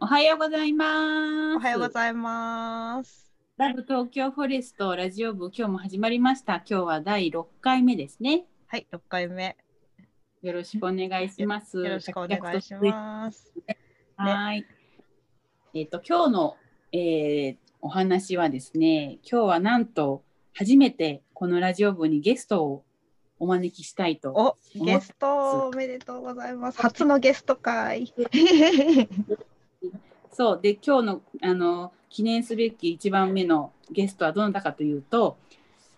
おはようございます。おはようございます。ラブ東京フォレストラジオ部今日も始まりました。今日は第六回目ですね。はい、六回目。よろしくお願いします。よろしくお願いします。はい。えっ、と今日の、えーお話はですね、今日はなんと初めてこのラジオ部にゲストをお招きしたいと。お、ゲストおめでとうございます。初のゲスト会。そうで今日のあの記念すべき一番目のゲストはどなたかというと。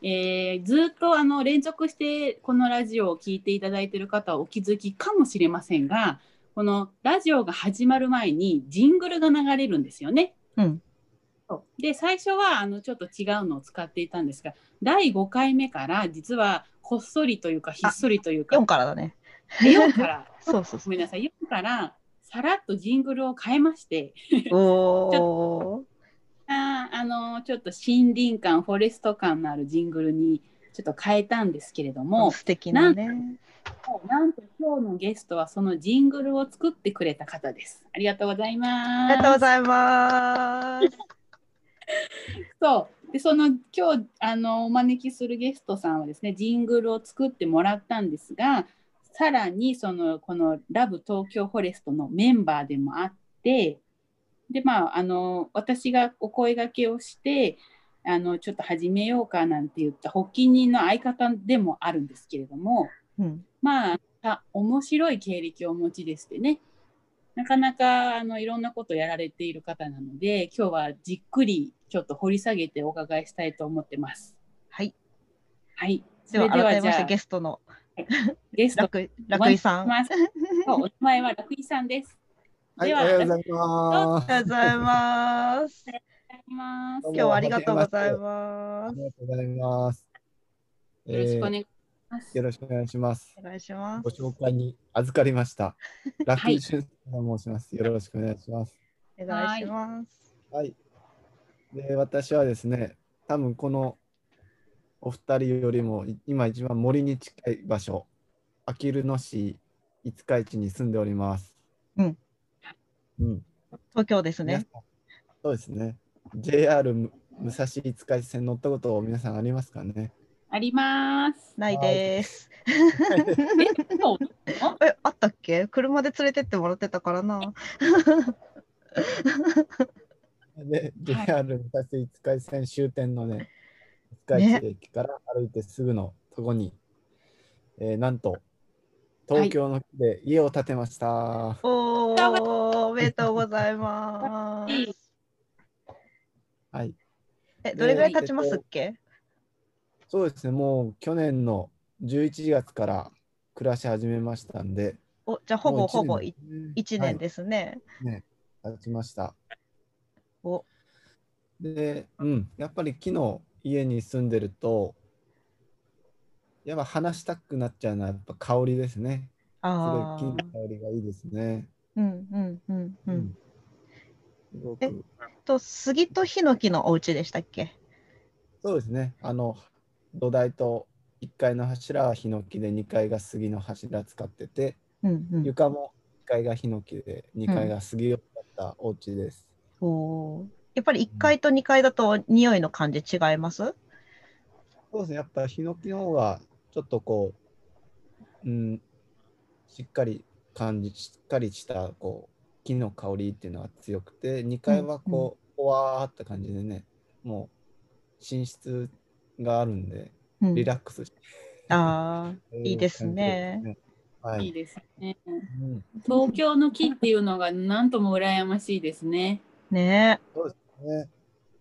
えーずっとあの連続してこのラジオを聞いていただいている方はお気づきかもしれませんがこのラジオが始まる前にジングルが流れるんですよね。 うん。そうで最初はあのちょっと違うのを使っていたんですが第5回目から実はこっそりというかひっそりというか四からだね。 4からそうそうそごめんなさい4からさらっとジングルを変えましてう。おー。あーあのちょっと森林感フォレスト感のあるジングルにちょっと変えたんですけれども素敵なね。なんと今日のゲストはそのジングルを作ってくれた方です。ありがとうございあます。りがとうございます。そうでその今日あのお招きするゲストさんはですねジングルを作ってもらったんですがさらにそのこの「ラブ東京フォレスト」のメンバーでもあってでまああの私がお声がけをしてあのちょっと始めようかなんて言った発起人の相方でもあるんですけれどもうん。まああ面白い経歴をお持ちでしてねなかなかあのいろんなことをやられている方なので今日はじっくりちょっと掘り下げてお伺いしたいと思ってます。はい。はい、そでれはでは改めじましてゃあゲストのゲスト楽楽井さん。おあ招きしますそうお名前は楽井さんです。はい、でおははようございまりす。がとうござい ます。お願いしますよどう今日はありがとうございまあす。りがとうございます。えろしくおー願いします。よろしくお願いします。お願いしますご。紹介に預かりま した。楽井俊介と申します。よろしくお願いします。お願いします。はい。で、私はですね、多分このお二人よりもい今一番森に近い場所、あきる野市五日市に住んでおります。うん。うん。東京です皆さねん。そうですね。JR む武蔵五日市線乗ったことを皆さんありますかねあります。ないです。えそうえ、あったっけ車で連れてってもらってたからな。で、JR 武蔵五日市線終点のね、五日市駅から歩いてすぐのとこに、えーなんと、東京の木で家を建てました。おー、おめでとうございます。はい、え、どれぐらい経ちますっけそうですね、もう去年の11月から暮らし始めましたんで、お、じゃあほぼほぼ1 1年年でですね。経ちました。お、で、うん、やっぱり木の家に住んでると、やっぱ話したくなっちゃうのはやっぱ香りですね。すごあい木ーの香りがいいですね。うんうんうんう。。うんすごえく。と、杉とヒノキのお家でしたっけそうですね。あの土台と1階の柱はヒノキで2階が杉の柱使ってて、うんうん。床も1階がヒノキで2階が杉を使ったお家です。おーやっぱり1階と2階だと匂いの感じ違いますそうですね。やっぱヒノキの方がちょっとこう、うん、しっかり感じ、しっかりしたこう木の香りっていうのが強くて、2階はこう、ほわーって感じでね、もう寝室があるんで、うんリラックスしてあーいいですね。はいいい。ですね。うん東京の木っていうのがなんとも羨ましいですね。ねえ。ね、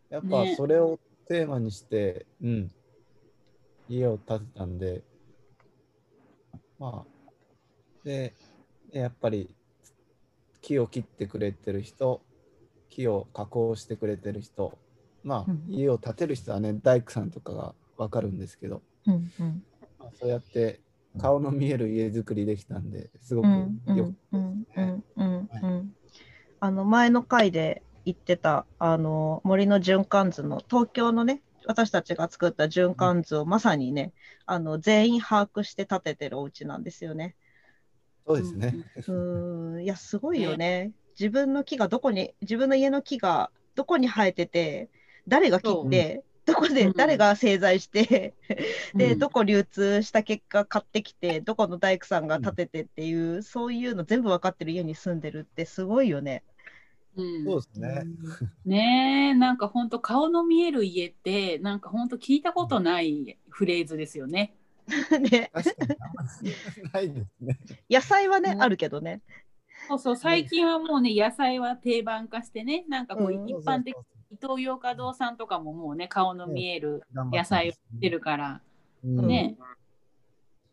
やっぱねそれをテーマにして、うん、家を建てたんで、まあ、で、でやっぱり木を切ってくれてる人、木を加工してくれてる人、まあうん、家を建てる人はね、大工さんとかがわかるんですけど、うんうんまあそうやって顔の見える家づくりできたんですごくう良んうかっんうたでんうんすね。うんうはんあの前の回で言ってたあの森の循環図の東京のね私たちが作った循環図をまさにね、あの全員把握して建ててるお家なんですよね。そうですね。うーんいやすごいよね。自分の木がどこに自分の家の木がどこに生えてて誰が切って、どこで、うん誰が製材して、でうんどこ流通した結果買ってきてどこの大工さんが建ててっていう、そういうの全部分かってる家に住んでるってすごいよね。うんそうですね。ねえなんか本当顔の見える家ってなんか本当聞いたことないフレーズですよね。うん で確かにあんまりないですね。野菜はね、ねあるけどね。そうそう最近はもうね野菜は定番化してねなんかこううん一般的そうそう伊東洋華堂さんとかももうね顔の見えるそう野菜を売ってるからうんね、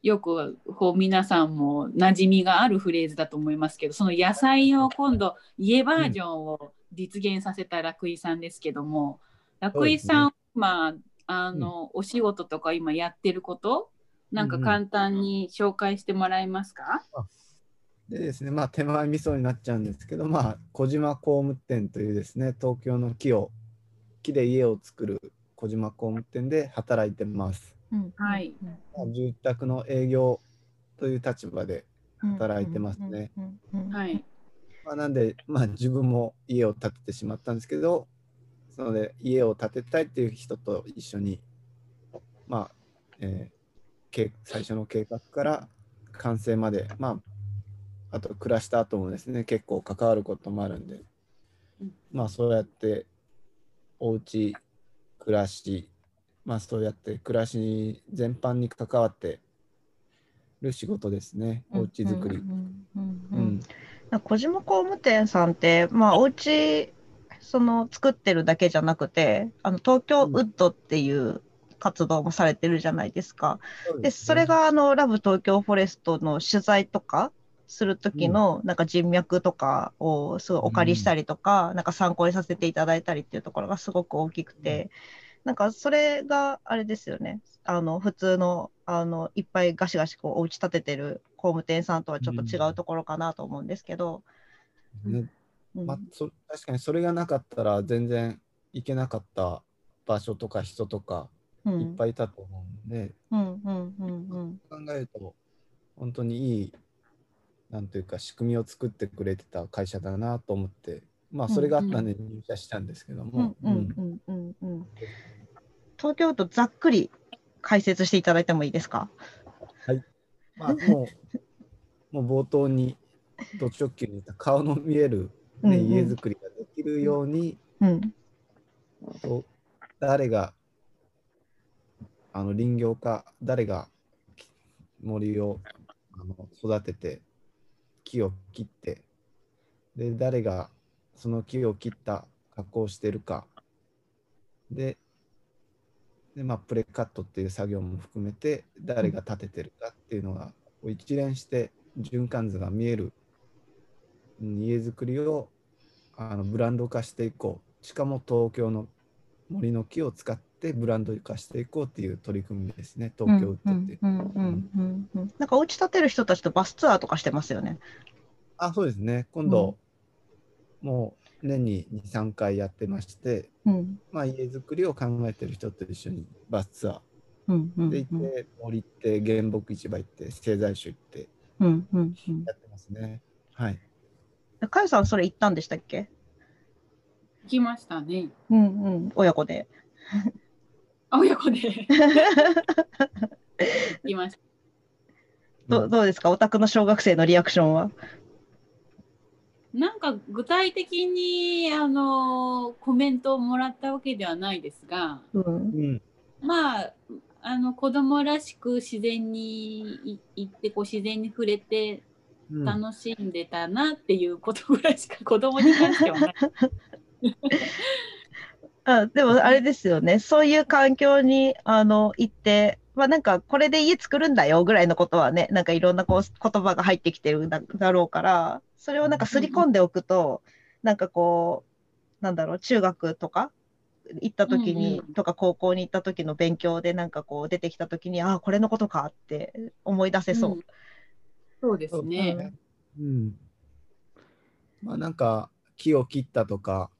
よくこう皆さんも馴染みがあるフレーズだと思いますけどその野菜を今度家バージョンを実現させた楽井さんですけども楽井さんは今、あのお仕事とか今やってることなんか簡単に紹介してもらえますか、でですね、まあ手前味噌になっちゃうんですけど、まあ小島工務店というですね、東京の木を木で家を作る小島工務店で働いてます。うんはい。まあ住宅の営業という立場で、働いてますねうん。うんうんうんはいまあ、なんでまあ自分も家を建ててしまったんですけど、そので家を建てたいっていう人と一緒に、まあ、えーけ最初の計画から完成まで、まあ、あと暮らした後もですね結構関わることもあるんで、うんまあそうやってお家暮らしまあそうやって暮らし全般に関わってる仕事ですねお家づくり。うんうんううんうんんなんか小島工務店さんって、まあ、お家その作ってるだけじゃなくてあの東京ウッドっていう活動もされてるじゃないですか。でそれがあのラブ東京フォレストの取材とかする時のなんか人脈とかをすごいお借りしたりとか、なんか参考にさせていただいたりっていうところがすごく大きくて、なんかそれがあれですよねあの普通のあのいっぱいガシガシこうお家建ててる工務店さんとはちょっと違うところかなと思うんですけど。ねうんまあ、そ確かにそれがなかったら全然行けなかった場所とか人とかうんいっぱいいたと思うんで、うんうんうんうん考えると本当にいいなんというか仕組みを作ってくれてた会社だなと思ってまあそれがあったんで入社したんですけどうもん、うんうんうんうん東京都ざっくり解説していただいてもいいですかまあも うもう冒頭に土直球に言った顔の見える、ねうんうん家づくりができるように、うんと誰があの林業家誰がき森をあの育てて木を切ってで誰がその木を切った加工してるかでで、まあ、プレカットっていう作業も含めて誰が立ててるかっていうのがこう一連して循環図が見えるうん家づくりをあのブランド化していこうしかも東京の森の木を使ってブランド化していこうっていう取り組みですね東京ウッドっていう、うんうんうんうんうんなんかお家建てる人たちとバスツアーとかしてますよね。あそうですね今度、もう年に23回やってまして、うんまあ、家づくりを考えてる人と一緒にバスツアうんうんうーんで行って、森行って原木市場行って製材所行ってうんうんうんやってますねはいかよさんそれ行ったんでしたっけ聞きましたね。うんうん親子で。あ親子で聞きました。どどうですかお宅の小学生のリアクションは。なんか具体的にあのコメントをもらったわけではないですが、うんうんまあ、あの子供らしく自然に行ってこう自然に触れてうん楽しんでたなっていうことぐらいしか子供に関してはない。あでもあれですよね、そういう環境にあの行って、まあ、なんかこれで家作るんだよぐらいのことはね、なんかいろんなこう言葉が入ってきてるんだだろうから、それをなんかすり込んでおくと、なんかこう、なんだろう、中学とか行った時に、うんうんとか高校に行った時の勉強で、なんかこう出てきた時に、ああ、これのことかって思い出せそう。うんそうですね。うん。まあなんか木を切ったとか、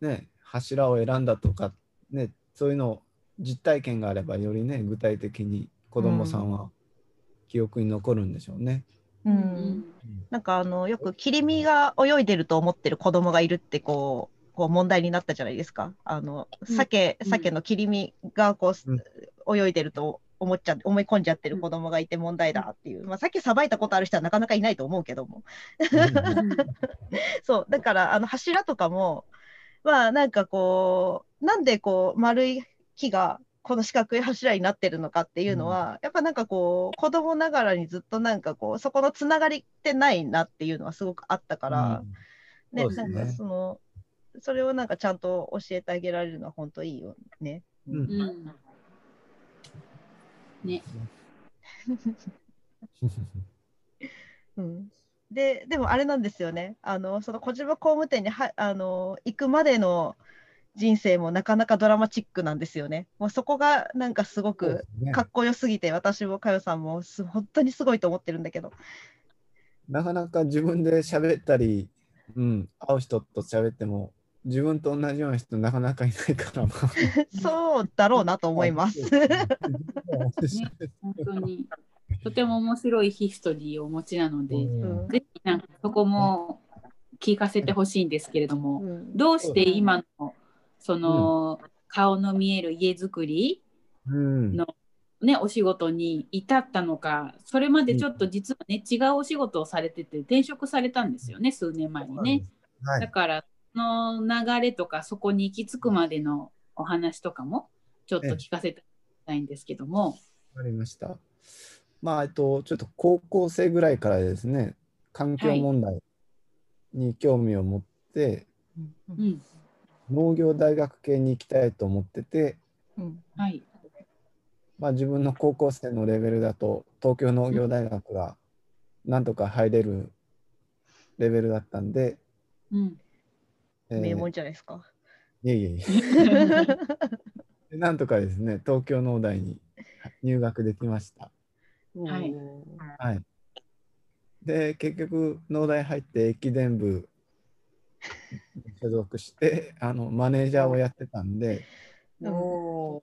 ね、柱を選んだとか、ね、そういうの実体験があればよりね具体的に子どもさんは記憶に残るんでしょうね。ううんん、なんかあのよく切り身が泳いでると思ってる子供がいるってこうこう問題になったじゃないですか。あのうん鮭うん鮭の切り身がこうんう、泳いでると思っちゃって思い込んじゃってる子供がいて問題だっていう、まあ、さっきさばいたことある人はなかなかいないと思うけどもそうだからあの柱とかもまあなんかこうなんでこう丸い木がこの四角い柱になってるのかっていうのは、やっぱなんかこう子供ながらにずっとなんかこうそこのつながりってないなっていうのはすごくあったから、ねそうですなんねかそのそれをなんかちゃんと教えてあげられるのは本当いいよね。うんうんうんね。うんででもあれなんですよねあのその小島工務店にはあの行くまでの人生もなかなかドラマチックなんですよね。もうそこがなんかすご そうくですねかっこよすぎて私もかよさんもす本当にすごいと思ってるんだけど。なかなか自分で喋ったり、うん、会う人と喋っても自分と同じような人なかなかいないからまあそうだろうなと 思います。本当にとても面白いヒストリーをお持ちなので、 うんぜひなんかそこも聞かせてほしいんですけれども、うんどうして今のその、顔の見える家づくり、うんのね、お仕事に至ったのかそれまでちょっと実はね、違うお仕事をされてて転職されたんですよね数年前にね。はだい、からその流れとかそこに行き着くまでのお話とかもちょっと聞かせていただきたいんですけども。わかりました。まあ、えっと、ちょっと高校生ぐらいからですね、環境問題に興味を持って、ううんん農業大学系に行きたいと思ってて、うんはいまあ、自分の高校生のレベルだと東京農業大学がなんとか入れるレベルだったんで、うんえー名門じゃないですか。いえいえいえなんとかですね東京農大に入学できました。はいはい、で結局農大入って駅伝部所属してあのマネージャーをやってたんで。うんおー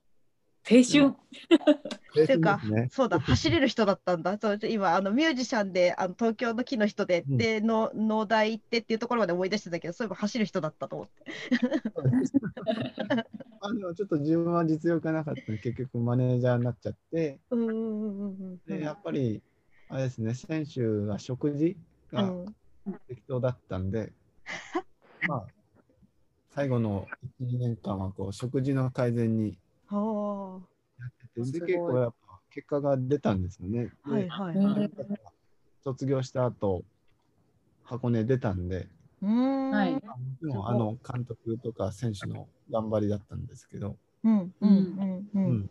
青春てていうかね、そう だ、走れる人だったんだ。そう今あの、ミュージシャンで、あの東京の木の人で、うんでの農大行ってっていうところまで思い出してたけど、そういえば走る人だったと思って。あのちょっと自分は実力がなかったんで結局マネージャーになっちゃってうんうんうんうんでやっぱりあれですね選手は食事うがん適当だった んで、まあ最後の12年間はこう食事の改善にはやっててすでごい結構やっぱ結果が出たんですよね。あ、ではいはいうんはい。卒業した後箱根出たんで、うーんはいまあもちろんあの監督とか選手の頑張りだったんですけど、うんうんうんう。うんん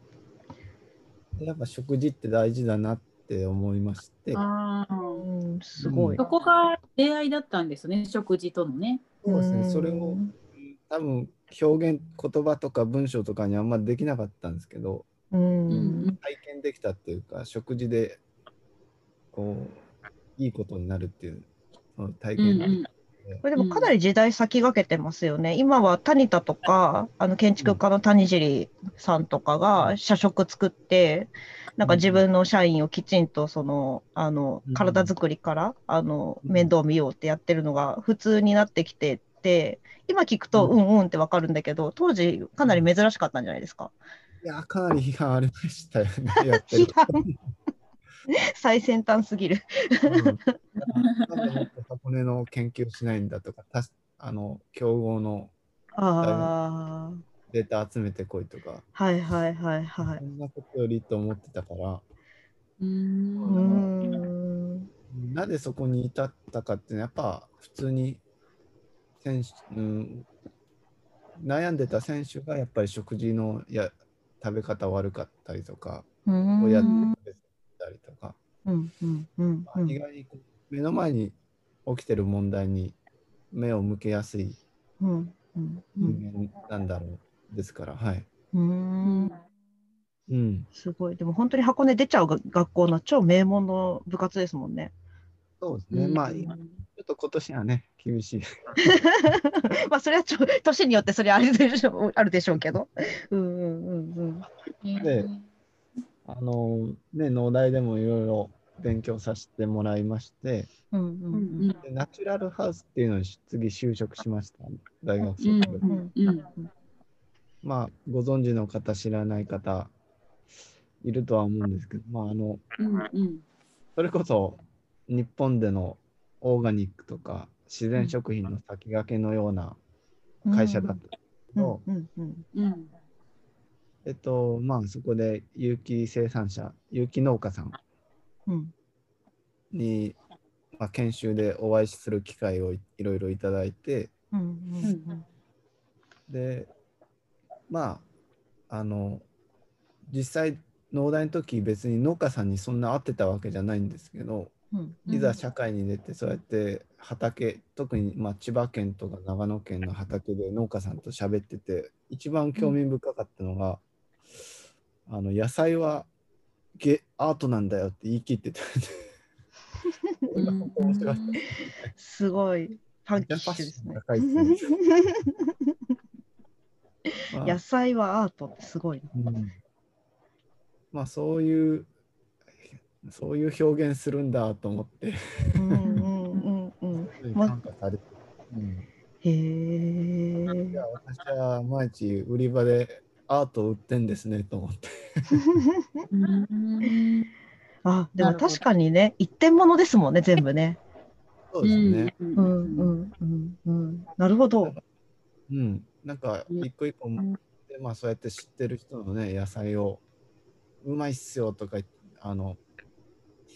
やっぱ食事って大事だなって思いまして、あーうん、すごいそ。こが出会いだったんですね食事とのね。そうですんね、それを多分表現、言葉とか文章とかにあんまできなかったんですけど、うんうん体験できたっていうか、食事でこう、いいことになるっていう、その体うんう験が、んこれでもかなり時代先駆けてますよね。今はタニタとか、あの建築家の谷尻さんとかが社食作って、なんか自分の社員をきちんとその、あのうん、体作りから、あの、うん面倒見ようってやってるのが普通になってきてて、今聞くと、ううんうんってわかるんだけど、当時かなり珍しかったんじゃないですか。いや、かなり批判ありましたよね、 やってる批。判 最先端すぎる。うんなんでもっと箱根の研究しないんだとか、たしあの競合のあデータ集めてこいとか、あ、はいはいはいはいそ。んなことよりと思ってたから、ううんーん。なぜそこに至ったかっていうのはやっぱ普通に選手、うん、悩んでた選手がやっぱり食事のや食べ方悪かったりとかうん親で食べてたりとか、うんうんうんうまあん意外にこう目の前に起きてる問題に目を向けやすいうんうんうん人間なんだろうですから、はい。うんうん、すごいでも本当に箱根出ちゃうが学校の超名門の部活ですもんね。そうですね、まあうちょんっっと今年はね、厳しい。まあそれはちょ年によってそれあるでしょうあるでしょうけど。うんうんうんうん。であの、ね、農大でもいろいろ勉強させてもらいまして、うんううんんでナチュラルハウスっていうのに次就職しました、大学卒業でううんんうんうんまあ、ご存知の方、知らない方、いるとは思うんですけど、まあ、あの、うんうんそれこそ日本でのオーガニックとか自然食品の先駆けのようなうん。会社だったんですけうど、んうんうん。うんえっと、まあ、そこで有機生産者、有機農家さんうんに、まあ、研修でお会いする機会をいろいろいただいて、うんうんで、まあ、あの、実際、農大の時別に農家さんにそんな会ってたわけじゃないんですけど、うんうんいざ社会に出てそうやって畑特にまあ千葉県とか長野県の畑で農家さんと喋ってて一番興味深かったのが、あの野菜はゲアートなんだよって言い切ってたんでこれが本当面白かったすごい。パンキめッっちシゃュファッでシすョンね。高いですね まあ野菜はアートってすごいな。うんまあそういうそういう表現するんだと思ってうんうんうんうん。ま感化されて、うんへえいや。私は毎日売り場でアートを売ってんですねと思って。うんあ、でなもるほど確かにね、一点物ですもんね、全部ね。そううですんね。うんうんうんうんうん。なるほど。うん。なんか一個一個んで、まあ、そうやって知ってる人のね野菜をうまいっすよとかあの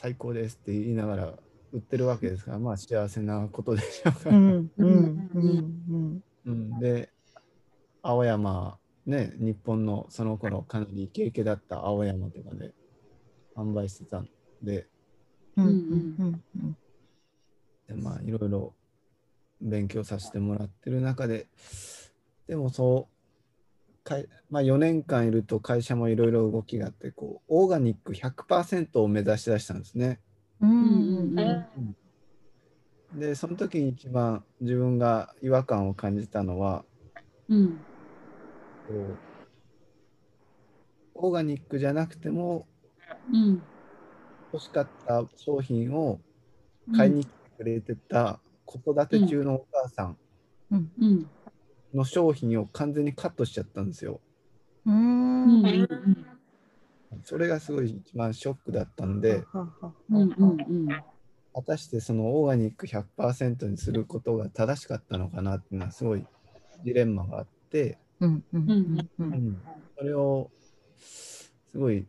最高ですって言いながら売ってるわけですからまあ幸せなことでしょうかうら。んうんうんうん、で青山ね日本のその頃かなりイケイケだった青山とかで販売してたんで。うんうんうんうん。でまあいろいろ勉強させてもらってる中ででもそうかい、まあ、4年間いると会社もいろいろ動きがあってこうオーガニック100%を目指しだしたんですね。うんうんうんうんでその時に一番自分が違和感を感じたのはうんこうオーガニックじゃなくてもうん欲しかった商品を買いに来てくれてた子育て中のお母さんうんの商品を完全にカットしちゃったんですよ。ううん。んうんそれがすごい一番ショックだったんで、うんうん果たしてそのオーガニック100%にすることが正しかったのかなっていうのはすごいジレンマがあって、うんうんうんう。うんん、それをすごい、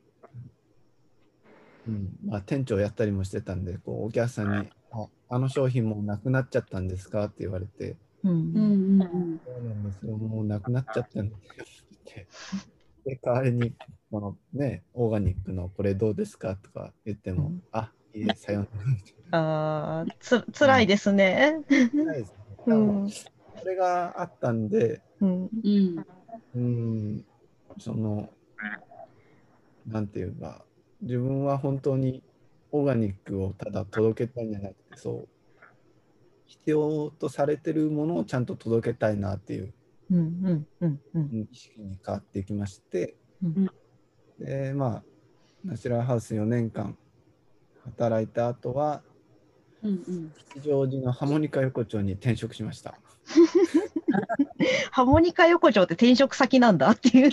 うんまあ、店長やったりもしてたんでこうお客さんにあ「あの商品もうなくなっちゃったんですか?」って言われてううんんうん「そうなんですよもうなくなっちゃったんですよ」って言ってで代わりにこの、ね「オーガニックのこれどうですか?」とか言っても「うんあいいえさようなら」あーつ辛いですね。ないですね。う多ん分それがあったんで、うんうんうん、その、なんていうか、自分は本当にオーガニックをただ届けたいんじゃなくて、そう、必要とされてるものをちゃんと届けたいなっていううんうんうんうん意識に変わってきまして、うんで、まあ、ナチュラルハウス4年間働いた後は、うん吉祥寺のハモニカ横丁に転職しました。ハモニカ横丁って転職先なんだっていう。ね、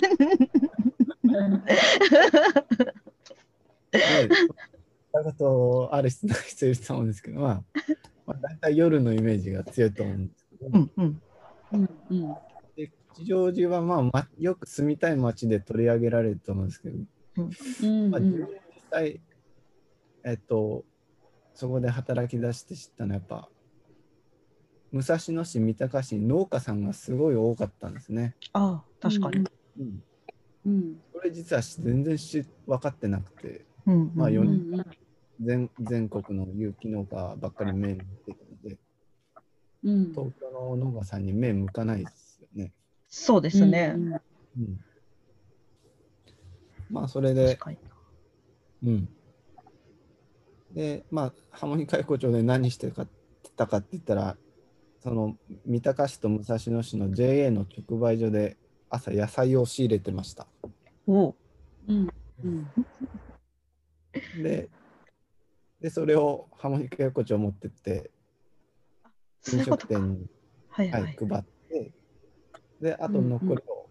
そんなことある人ない人いると思うんですけど、まあ、まあ、大体夜のイメージが強いと思うんですけど、うんうんうんで吉祥寺は、まあま、よく住みたい街で取り上げられると思うんですけど、うんまあ、自分実際、えっと、そこで働き出して知ったのは、やっぱ、武蔵野市三鷹市に農家さんがすごい多かったんですね。ああ確かに。うん、うんこれ実は全然し分かってなくて、うんまあう四ん全全国の有機農家ばっかり目に出てたので、うん東京の農家さんに目向かないですよね。そうですね。うん、まあそれ確で、かに。うん、でまあハモニカ横丁で何してるかってたかって言ったら、その三鷹市と武蔵野市の JA の直売所で朝野菜を仕入れてました。おううんうんで、でそれをハーモニカ横丁持ってってそうい飲うこ食とか。店に、はいは。はいい、配って、で、あと残りを、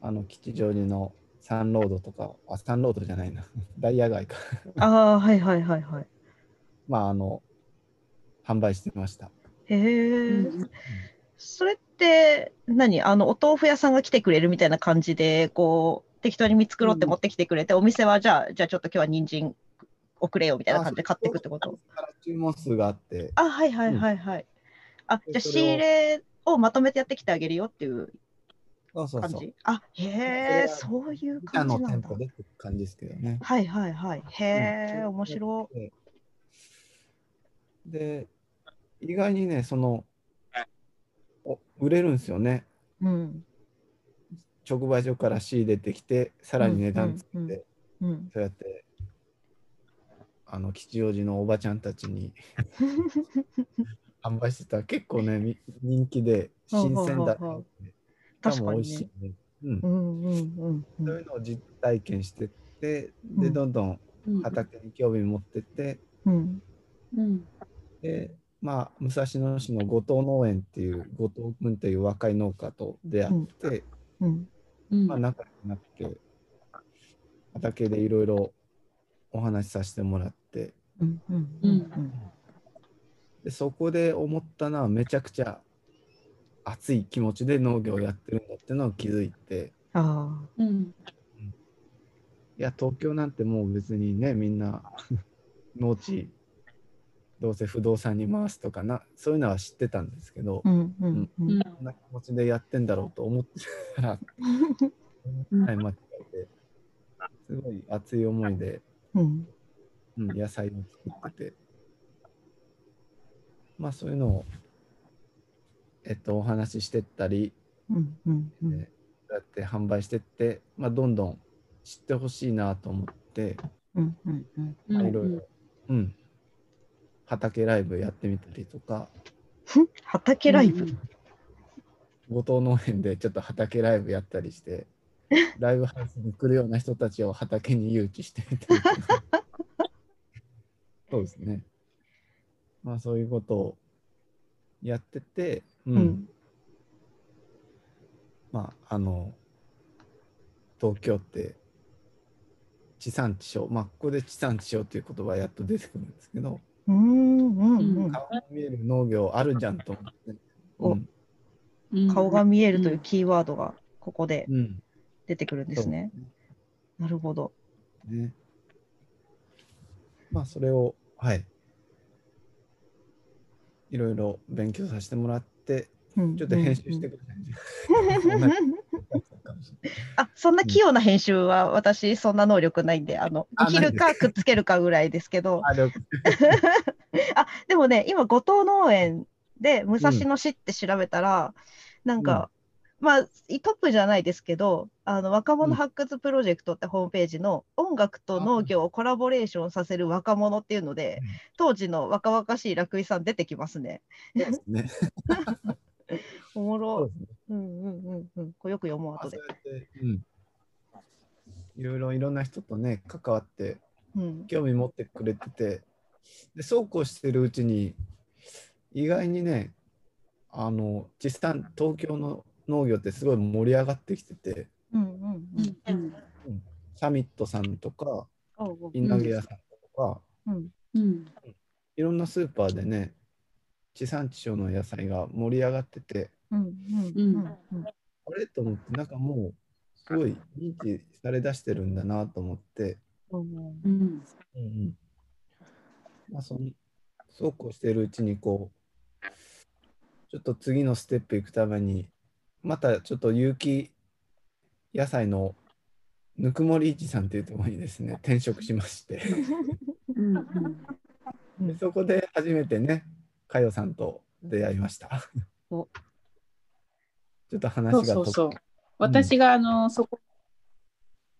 あの吉祥寺のサンロードとか、あ、サンロードじゃない な、ダイヤ街か、ああ、はいはいはいはい。まああの、販売してました。へうえ、んそれって何あのお豆腐屋さんが来てくれるみたいな感じでこう適当に見繕ってうん持ってきてくれて、お店はじゃあじゃあちょっと今日は人参送れよみたいな感じで買っていくってことから注文数があって、あはいはいはいはい、あじゃあでそ仕れを入れをまとめてやってきてあげるよっていうそうそう感じそう。あへえそそういうあ感のじなん店だ舗でって感じですけどね。はいはいはいへえ、うん面白でで、意外にね、その、お売れるんですよね。いうん直売所から仕入れてきて、ささらに値段つけて、うんうんうんそうやって、あの、吉祥寺のおばちゃんたちに販売してたら、結構 ね、み人気で、新鮮だほうほうほうほねう。多確か分美味にしねいね。うんう。んうんうんうそうんいうのを実体験してって、うで、んどんどんうん畑に興味持ってって、うんうんで、まあ、武蔵野市の後藤農園っていう、後藤君という若い農家と出会って、うんうんまあ、仲良くなって、畑でいろいろお話しさせてもらって、うんうんうんでそこで思ったのは、めちゃくちゃ熱い気持ちで農業をやってるんだってのを気づいて、ああうんいや、東京なんてもう別にね、みんな 農地、どうせ不動産に回すとかな、そういうのは知ってたんですけど、うんうんううんんこんな気持ちでやってんだろうと思ってたら、うんはい、間違えて、すごい熱い思いで、うんうん、野菜を作ってて、まあそういうのを、えっと、お話ししてったり、うんうんえーそうやって販売してって、まあどんどん知ってほしいなと思って、うんうんうんうんまあいろいろ、うん、畑ライブやってみたりとか、畑ライブ、後藤農園でちょっと畑ライブやった りして、ライブハウスに来るような人たちを畑に誘致してみたりとかそうですね。まあそういうことをやってて、うん。うんまああの、東京って地産地消、まあここで地産地消っていう言葉がやっと出てくるんですけど、うんうんうん、顔が見える農業あるじゃんと思って。おうんうん顔が見えるというキーワードがここでうん出てくるんですね。なるほど。ね。まあそれをはい。いろいろ勉強させてもらって、うんちょっと編集してうんくださういね。ん同じやつかもしれないあそんな器用な編集は私そんな能力ないんであのあできるかくっつけるかぐらいですけどあでもあでもね今後藤農園で武蔵野市って調べたら、なんか、まあトップじゃないですけどあの若者発掘プロジェクトってホームページの音楽と農業をコラボレーションさせる若者っていうのでうん当時の若々しい楽井さん出てきますね。そうですね。おもそろう。ですねうんうんうんうん。これよく読もうまあ後そでう。やって、うん。いろいろいろんな人とね、関わって、うん。興味持ってくれてて、でそうこうしてるうちに、意外にね、あの、実際、東京の農業ってすごい盛り上がってきてて、うんうんううんん。うんサミットさんとか、おうおうインナゲ屋さんとか、うん。うんいろんなスーパーでね、地産地消の野菜が盛り上がってて、うんうんうんうん。あれと思って、なんかもう、すごい認知されだしてるんだなと思って、うんうんまあ、そのそうこうしてるうちに、こう、ちょっと次のステップ行くために、またちょっと有機野菜のぬくもり市さんっていうところにですね、転職しまして。うんうんうんでそこで初めてね、かよさんと出会いました。おちょっと話そうがそうとそう。私があの、そこ、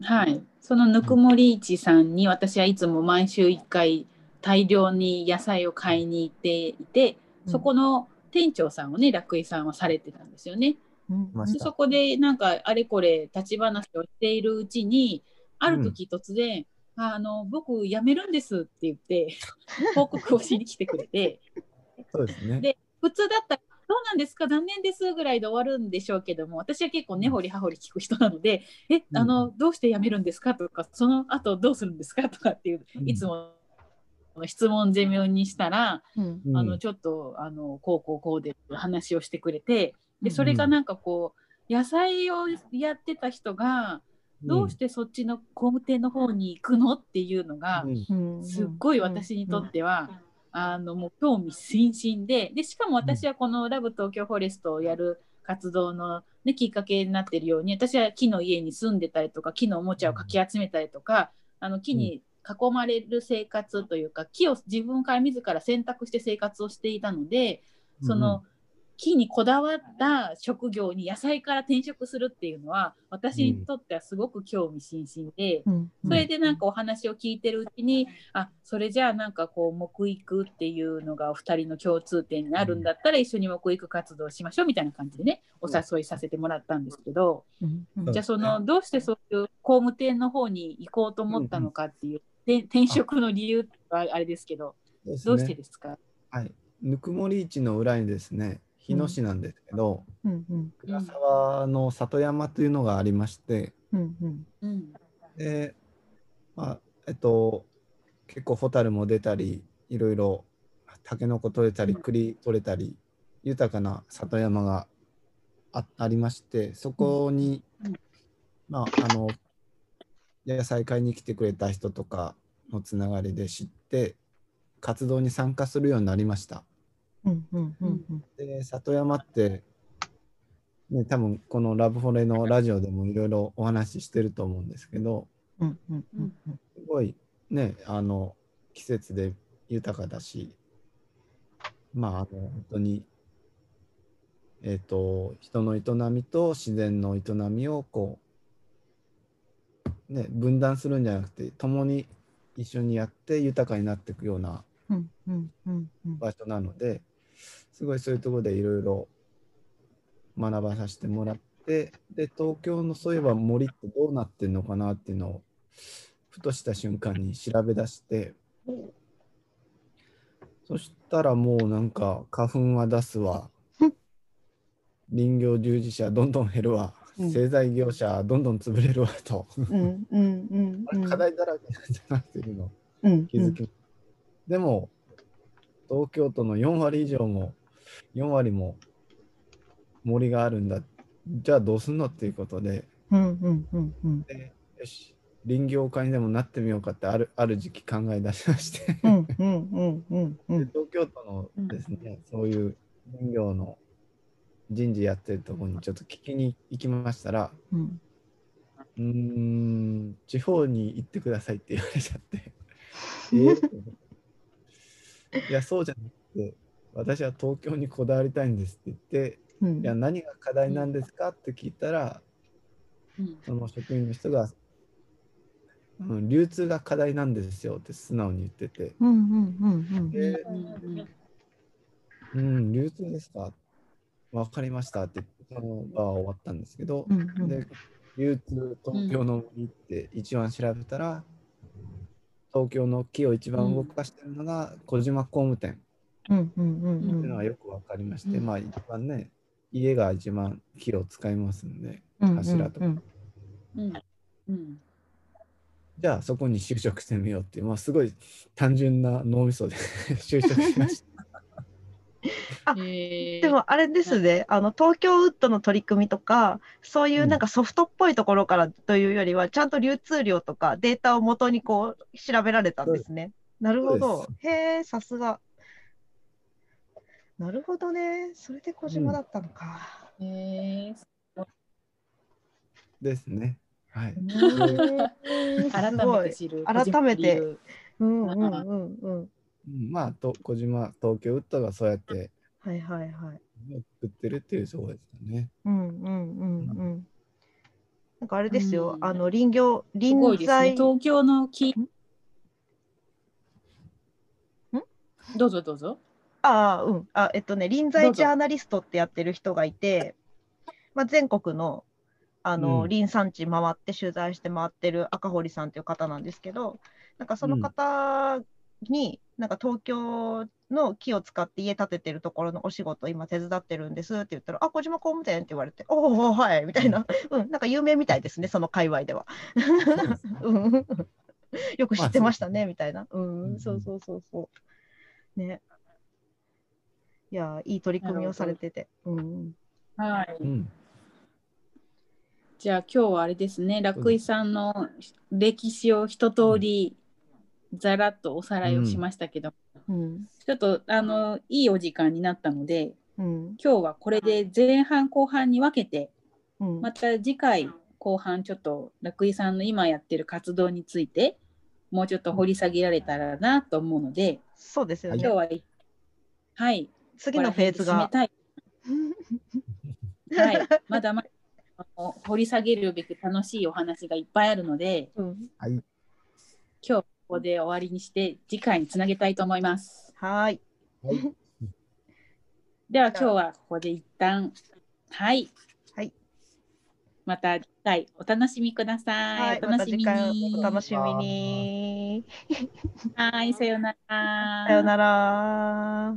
はい、そのぬくもり市さんに私はいつも毎週1回大量に野菜を買いに行っていて そこの店長さんをね楽井さんはされてたんですよね。うんましたそこでなんかあれこれ立ち話をしているうちにある時突然「あの僕辞めるんです」って言って 報告をしに来てくれてそうですね。で普通だったら「どうなんですか残念です」ぐらいで終わるんでしょうけども私は結構根掘り葉掘り聞く人なので「えあのどうして辞めるんですか?」とか「その後どうするんですか?」とかっていううんいつもの質問攻めにしたらうんうんあのちょっとあのこうこうこうで話をしてくれてうでんそれがなんかこう野菜をやってた人がどうしてそっちの工程の方に行くのっていうのがうんうんうんすっごい私にとっ、てはあのもう興味津々ででしかも私はこの「ラブ東京フォレスト」をやる活動の、ね、きっかけになってるように私は木の家に住んでたりとか木のおもちゃをかき集めたりとかあの木に囲まれる生活というか木を自分から自ら選択して生活をしていたのでその、木にこだわった職業に野菜から転職するっていうのは私にとってはすごく興味津々で。うんそれでなんかお話を聞いてるうちに、あそれじゃあなんかこう木育っていうのがお二人の共通点になるんだったら一緒に木育活動しましょうみたいな感じでねお誘いさせてもらったんですけど、うんうんじゃあそのどうしてそういう工務店の方に行こうと思ったのかっていう、で転職の理由はあれですけどうんそどううしですてね。ですか、はい。ぬくもり市の裏にですね、日野市なんですけど、うんうん倉沢の里山というのがありまして、うんうんうんで、まあ、えっと、結構ホタルも出たり、いろいろタケノコ取れたり、うん栗取れたり、豊かな里山があありまして、そこに、うんまあ、あの、野菜買いに来てくれた人とかのつながりで知って、活動に参加するようになりました。うんうんうんで里山って、ね、多分このラブフォレのラジオでもいろいろお話ししてると思うんですけどうんうんうんうんすごいねあの季節で豊かだしまああの本当にえっ、と人の営みと自然の営みをこうね分断するんじゃなくて共に一緒にやって豊かになっていくようなうんうんうんうん場所なのですごいそういうところでいろいろ学ばさせてもらってで東京のそういえば森ってどうなってんのかなっていうのをふとした瞬間に調べ出してそしたらもうなんか花粉は出すわ林業従事者どんどん減るわうん製材業者どんどん潰れるわと、うんうんうんうん課題だらけなんじゃなくていうのをうん気づき、でも東京都の4割以上も4割も森があるんだじゃあどうすんのっていうことでうんうんうんうんでよし林業家にでもなってみようかってあるある時期考え出しましてでうんうんうんうんうん東京都のですね、そういう林業の人事やってるところにちょっと聞きに行きましたらうんうーん地方に行ってくださいって言われちゃ って。えー、いや、そうじゃなくて、私は東京にこだわりたいんですって言って、うんいや、何が課題なんですかって聞いたら、うんその職員の人が、うん、流通が課題なんですよって素直に言ってて、うんうんうんうんえーうん、流通ですかわかりましたって、その場は終わったんですけど、うんうんで、流通東京の森って一番調べたら、東京の木を一番動かしてるのが小島工務店うんうんうっんていうのうんがよく分かりまして、うんまあ一番ね、家が一番木を使いますんで、うん柱とかうんうんうんじゃあそこに就職してみようっていう、まあすごい単純な脳みそで 就職しました。あえーでもあれですね、あの東京ウッドの取り組みとか、そういうなんかソフトっぽいところからというよりは、ちゃんと流通量とかデータを元にこう調べられたんですね。なるほどそ。へえ、さすが。なるほどね。それで小島だったのか。えーですね。はい。へえ改すごめてい。知る改めて個人の理由うんうんうんうん。うんまあと小島東京ウッドがそうやってはいはいはい。作ってるっていうところですよね。うんうんうんうん。なんかあれですよ、うんあの林業、すごいで林すね材。東京の木どうぞどうぞ。ああ、うん。あ、えっとね、臨ど済うぞジャーナリストってやってる人がいて、まあ、全国のあの、うん林産地回って取材して回ってる赤堀さんっていう方なんですけど、なんかその方に、なんか東京の木を使って家建ててるところのお仕事今手伝ってるんですって言ったら、あ、小島工務店って言われて、おお、はい、みたいな、うん、なんか有名みたいですね、その界隈では。そうで すねうん よく知ってましたまあね、みたいな。うん、うんそうそうそうそう。ね。いやー、いい取り組みをされてて。うん。はい。うん。じゃあ今日はあれですね、楽井さんの歴史を一通りざらっとおさらいをしましたけど、うん。ちょっとあのいいお時間になったので、うん。今日はこれで前半後半に分けて、うん。また次回後半ちょっと楽井さんの今やってる活動について、もうちょっと掘り下げられたらなと思うので、そうですよ今ね日。は、はい、次のフェーズこ。がこら辺で締めたい。はい、まだまだあの掘り下げるべく楽しいお話がいっぱいあるので、うん、はい。今日ここで終わりにして次回につなげたいと思います。はーい。はい。では今日はここで一旦はい。はい。また次回お楽しみください。はい。おま楽たし次み回に。お楽しみに。はい、さようなら。さようなら。